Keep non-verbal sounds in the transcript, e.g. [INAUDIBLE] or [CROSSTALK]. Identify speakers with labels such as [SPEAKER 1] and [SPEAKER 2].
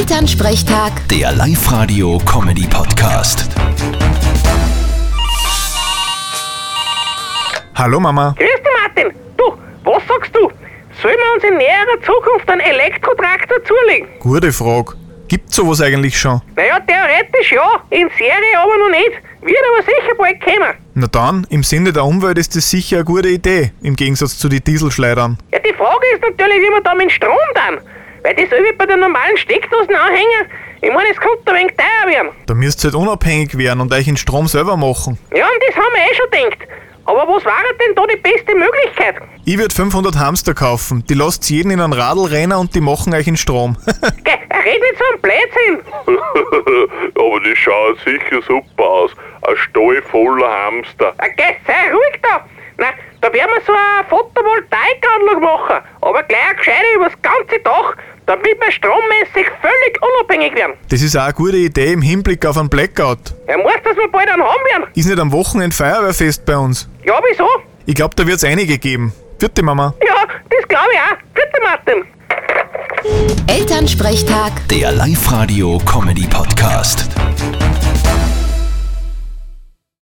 [SPEAKER 1] Elternsprechtag,
[SPEAKER 2] Der Live-Radio-Comedy-Podcast.
[SPEAKER 3] Hallo Mama.
[SPEAKER 4] Grüß dich, Martin. Du, was sagst du? Sollen wir uns in näherer Zukunft einen Elektrotraktor zulegen?
[SPEAKER 3] Gute Frage. Gibt's sowas eigentlich schon?
[SPEAKER 4] Naja, theoretisch ja, in Serie aber noch nicht. Wird aber sicher bald kommen.
[SPEAKER 3] Na dann, im Sinne der Umwelt ist das sicher eine gute Idee, im Gegensatz zu den Dieselschleudern.
[SPEAKER 4] Ja, die Frage ist natürlich, wie wir da mit Strom dann. Weil das so wie bei den normalen Steckdosenanhängern, ich meine, es könnte ein wenig teuer werden.
[SPEAKER 3] Da müsst ihr halt unabhängig werden und euch den Strom selber machen.
[SPEAKER 4] Ja, und das haben wir eh schon gedacht. Aber was wäre denn da die beste Möglichkeit?
[SPEAKER 3] Ich würd 500 Hamster kaufen, die lasst jeden in einen Radlrenner und die machen euch den Strom. [LAUGHS]
[SPEAKER 4] Geh, red nicht so einen Blödsinn.
[SPEAKER 5] [LAUGHS] Aber die schauen sicher super aus. Ein Stall voller Hamster.
[SPEAKER 4] Ah, Geh, sei ruhig da. Na, da werden wir so eine Photovoltaikanlage machen, aber gleich eine gescheite übers ganze Dach, damit wir strommäßig völlig unabhängig werden.
[SPEAKER 3] Das ist auch eine gute Idee im Hinblick auf einen Blackout.
[SPEAKER 4] Er muss, dass wir bald einen haben werden.
[SPEAKER 3] Ist nicht am Wochenende Feuerwehrfest bei uns.
[SPEAKER 4] Ja, wieso?
[SPEAKER 3] Ich glaub, da wird's einige geben. Vierte Mama.
[SPEAKER 4] Ja, das glaube ich auch. Bitte, Martin.
[SPEAKER 1] Elternsprechtag.
[SPEAKER 2] Der Live-Radio-Comedy-Podcast.